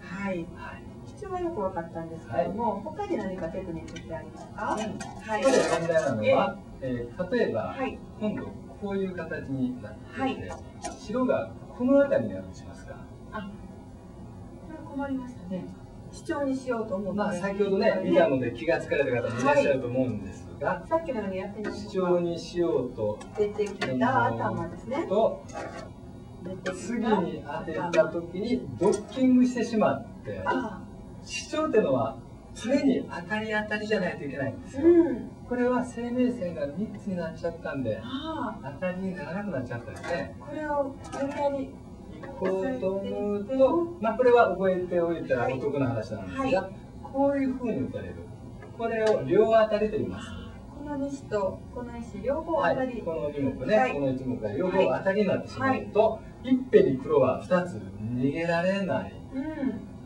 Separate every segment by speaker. Speaker 1: はい。基調はよくわかったんですけども、他に何かテクニックってありますか？はい
Speaker 2: ここで問題なのは、えー例えば、
Speaker 1: はい。
Speaker 2: 今度こういう形になって
Speaker 1: はい
Speaker 2: いて、白がこの辺りにあるとしますか。
Speaker 1: これ困りましたね。基調にしようと思う。
Speaker 2: まあ先ほどね見たので気がつかれた方もいらっしゃると思うんですが、
Speaker 1: さっきのようにやってみまし
Speaker 2: 主
Speaker 1: ょ
Speaker 2: 張
Speaker 1: うか。
Speaker 2: にしようと
Speaker 1: 出てきた頭ですね。
Speaker 2: と
Speaker 1: 出てき
Speaker 2: 次
Speaker 1: た。
Speaker 2: に当てた時にドッキングしてしまって、
Speaker 1: あ
Speaker 2: 主張っていうのは常に当たり当たりじゃないといけないんです
Speaker 1: あ、
Speaker 2: よ。
Speaker 1: うん。
Speaker 2: これは生命線が3つになっちゃったんで
Speaker 1: あ
Speaker 2: 当たりにならなくなっちゃったんですね。
Speaker 1: あ、これを絶対に。
Speaker 2: 行こうと思うと、まあ、これは覚えておいたらお得な話なんですが、
Speaker 1: は
Speaker 2: こういうふうに打たれるこれを両当たりと言います、
Speaker 1: この西とこの石両方
Speaker 2: は
Speaker 1: 当た
Speaker 2: い、
Speaker 1: り。
Speaker 2: この2目ね、
Speaker 1: はい
Speaker 2: この1目が両方当たりになってしまうと、い、っぺんに黒は2つ逃げられない
Speaker 1: う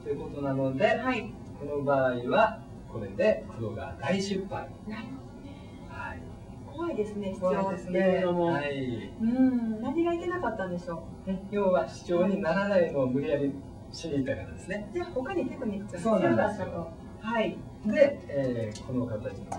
Speaker 1: ん。
Speaker 2: ということなので
Speaker 1: はい。
Speaker 2: この場合はこれで黒が大失敗、
Speaker 1: ない
Speaker 2: はい、
Speaker 1: 怖いですね。必
Speaker 2: こ
Speaker 1: 要
Speaker 2: れで
Speaker 1: っ
Speaker 2: す
Speaker 1: て
Speaker 2: ね
Speaker 1: いうのも。
Speaker 2: はい、
Speaker 1: うん。何がいけなかったんでしょ
Speaker 2: 要は主張にならないのを無理やりしに行ったからですね
Speaker 1: う。じゃあ他にテクニックが必
Speaker 2: そうな
Speaker 1: 要
Speaker 2: ん
Speaker 1: だ
Speaker 2: で
Speaker 1: っ
Speaker 2: す
Speaker 1: た
Speaker 2: よ
Speaker 1: と。はい。
Speaker 2: で、えーこの形の場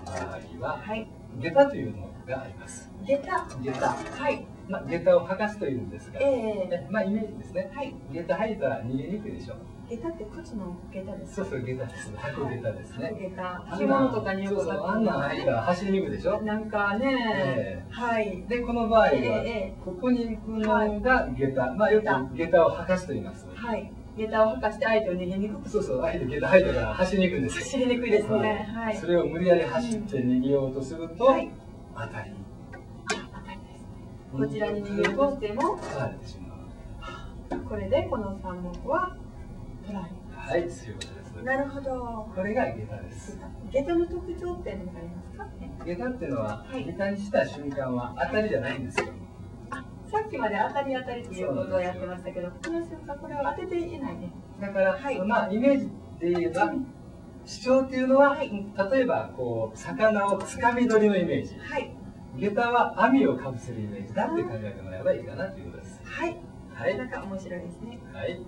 Speaker 2: 合は
Speaker 1: はい。
Speaker 2: 下駄というのがあります。
Speaker 1: 出た。
Speaker 2: 下駄、
Speaker 1: はい。
Speaker 2: まあ、下駄を履かすというんですが、
Speaker 1: ええ
Speaker 2: ねまあイメージですね。
Speaker 1: はい。
Speaker 2: 下駄履いたら逃げにくいでしょう。
Speaker 1: 下駄って靴の下駄です
Speaker 2: そ
Speaker 1: か。
Speaker 2: うそう下駄です。履く下駄ですね。
Speaker 1: 下
Speaker 2: あんな
Speaker 1: 駄。着物とかによ
Speaker 2: そう
Speaker 1: く
Speaker 2: そ
Speaker 1: な
Speaker 2: うあんなん履いたら走りにくいでしょ。
Speaker 1: なんかね。
Speaker 2: え
Speaker 1: はい。
Speaker 2: ーでこの場合は、
Speaker 1: ええ
Speaker 2: ここに行くのが下駄、まあよく下駄を履かすと言います。
Speaker 1: はい。下駄を履かして相手を逃げにくく
Speaker 2: そうそう、相手下駄履いたから走りにくいんですよ。
Speaker 1: 走りにくいですね。はい
Speaker 2: そ。れを無理やり走って逃げようとすると、
Speaker 1: はい。
Speaker 2: 当たり。
Speaker 1: こちらに逃げるとしても、
Speaker 2: 取られてしまう。
Speaker 1: これでこの三目はトライ。
Speaker 2: はい、そういうことです。
Speaker 1: なるほど。
Speaker 2: これが下駄です。
Speaker 1: 下駄の特徴って何かありますか？
Speaker 2: 下駄っていうのは、
Speaker 1: はい
Speaker 2: 下駄にした瞬間は当たりじゃないんですよ。
Speaker 1: さっきまで当たり当たりっていうことをやってましたけど、この瞬間これは当てていないね。
Speaker 2: だから、
Speaker 1: はい
Speaker 2: まあイメージで言えば、主張っていうのは、例えばこう魚をつかみ取りのイメージ。
Speaker 1: はい。
Speaker 2: 下駄は網をかぶせるイメージだって考えてもらえばいいかなということです。
Speaker 1: はい。
Speaker 2: はい。
Speaker 1: なんか面白いですね。
Speaker 2: はい。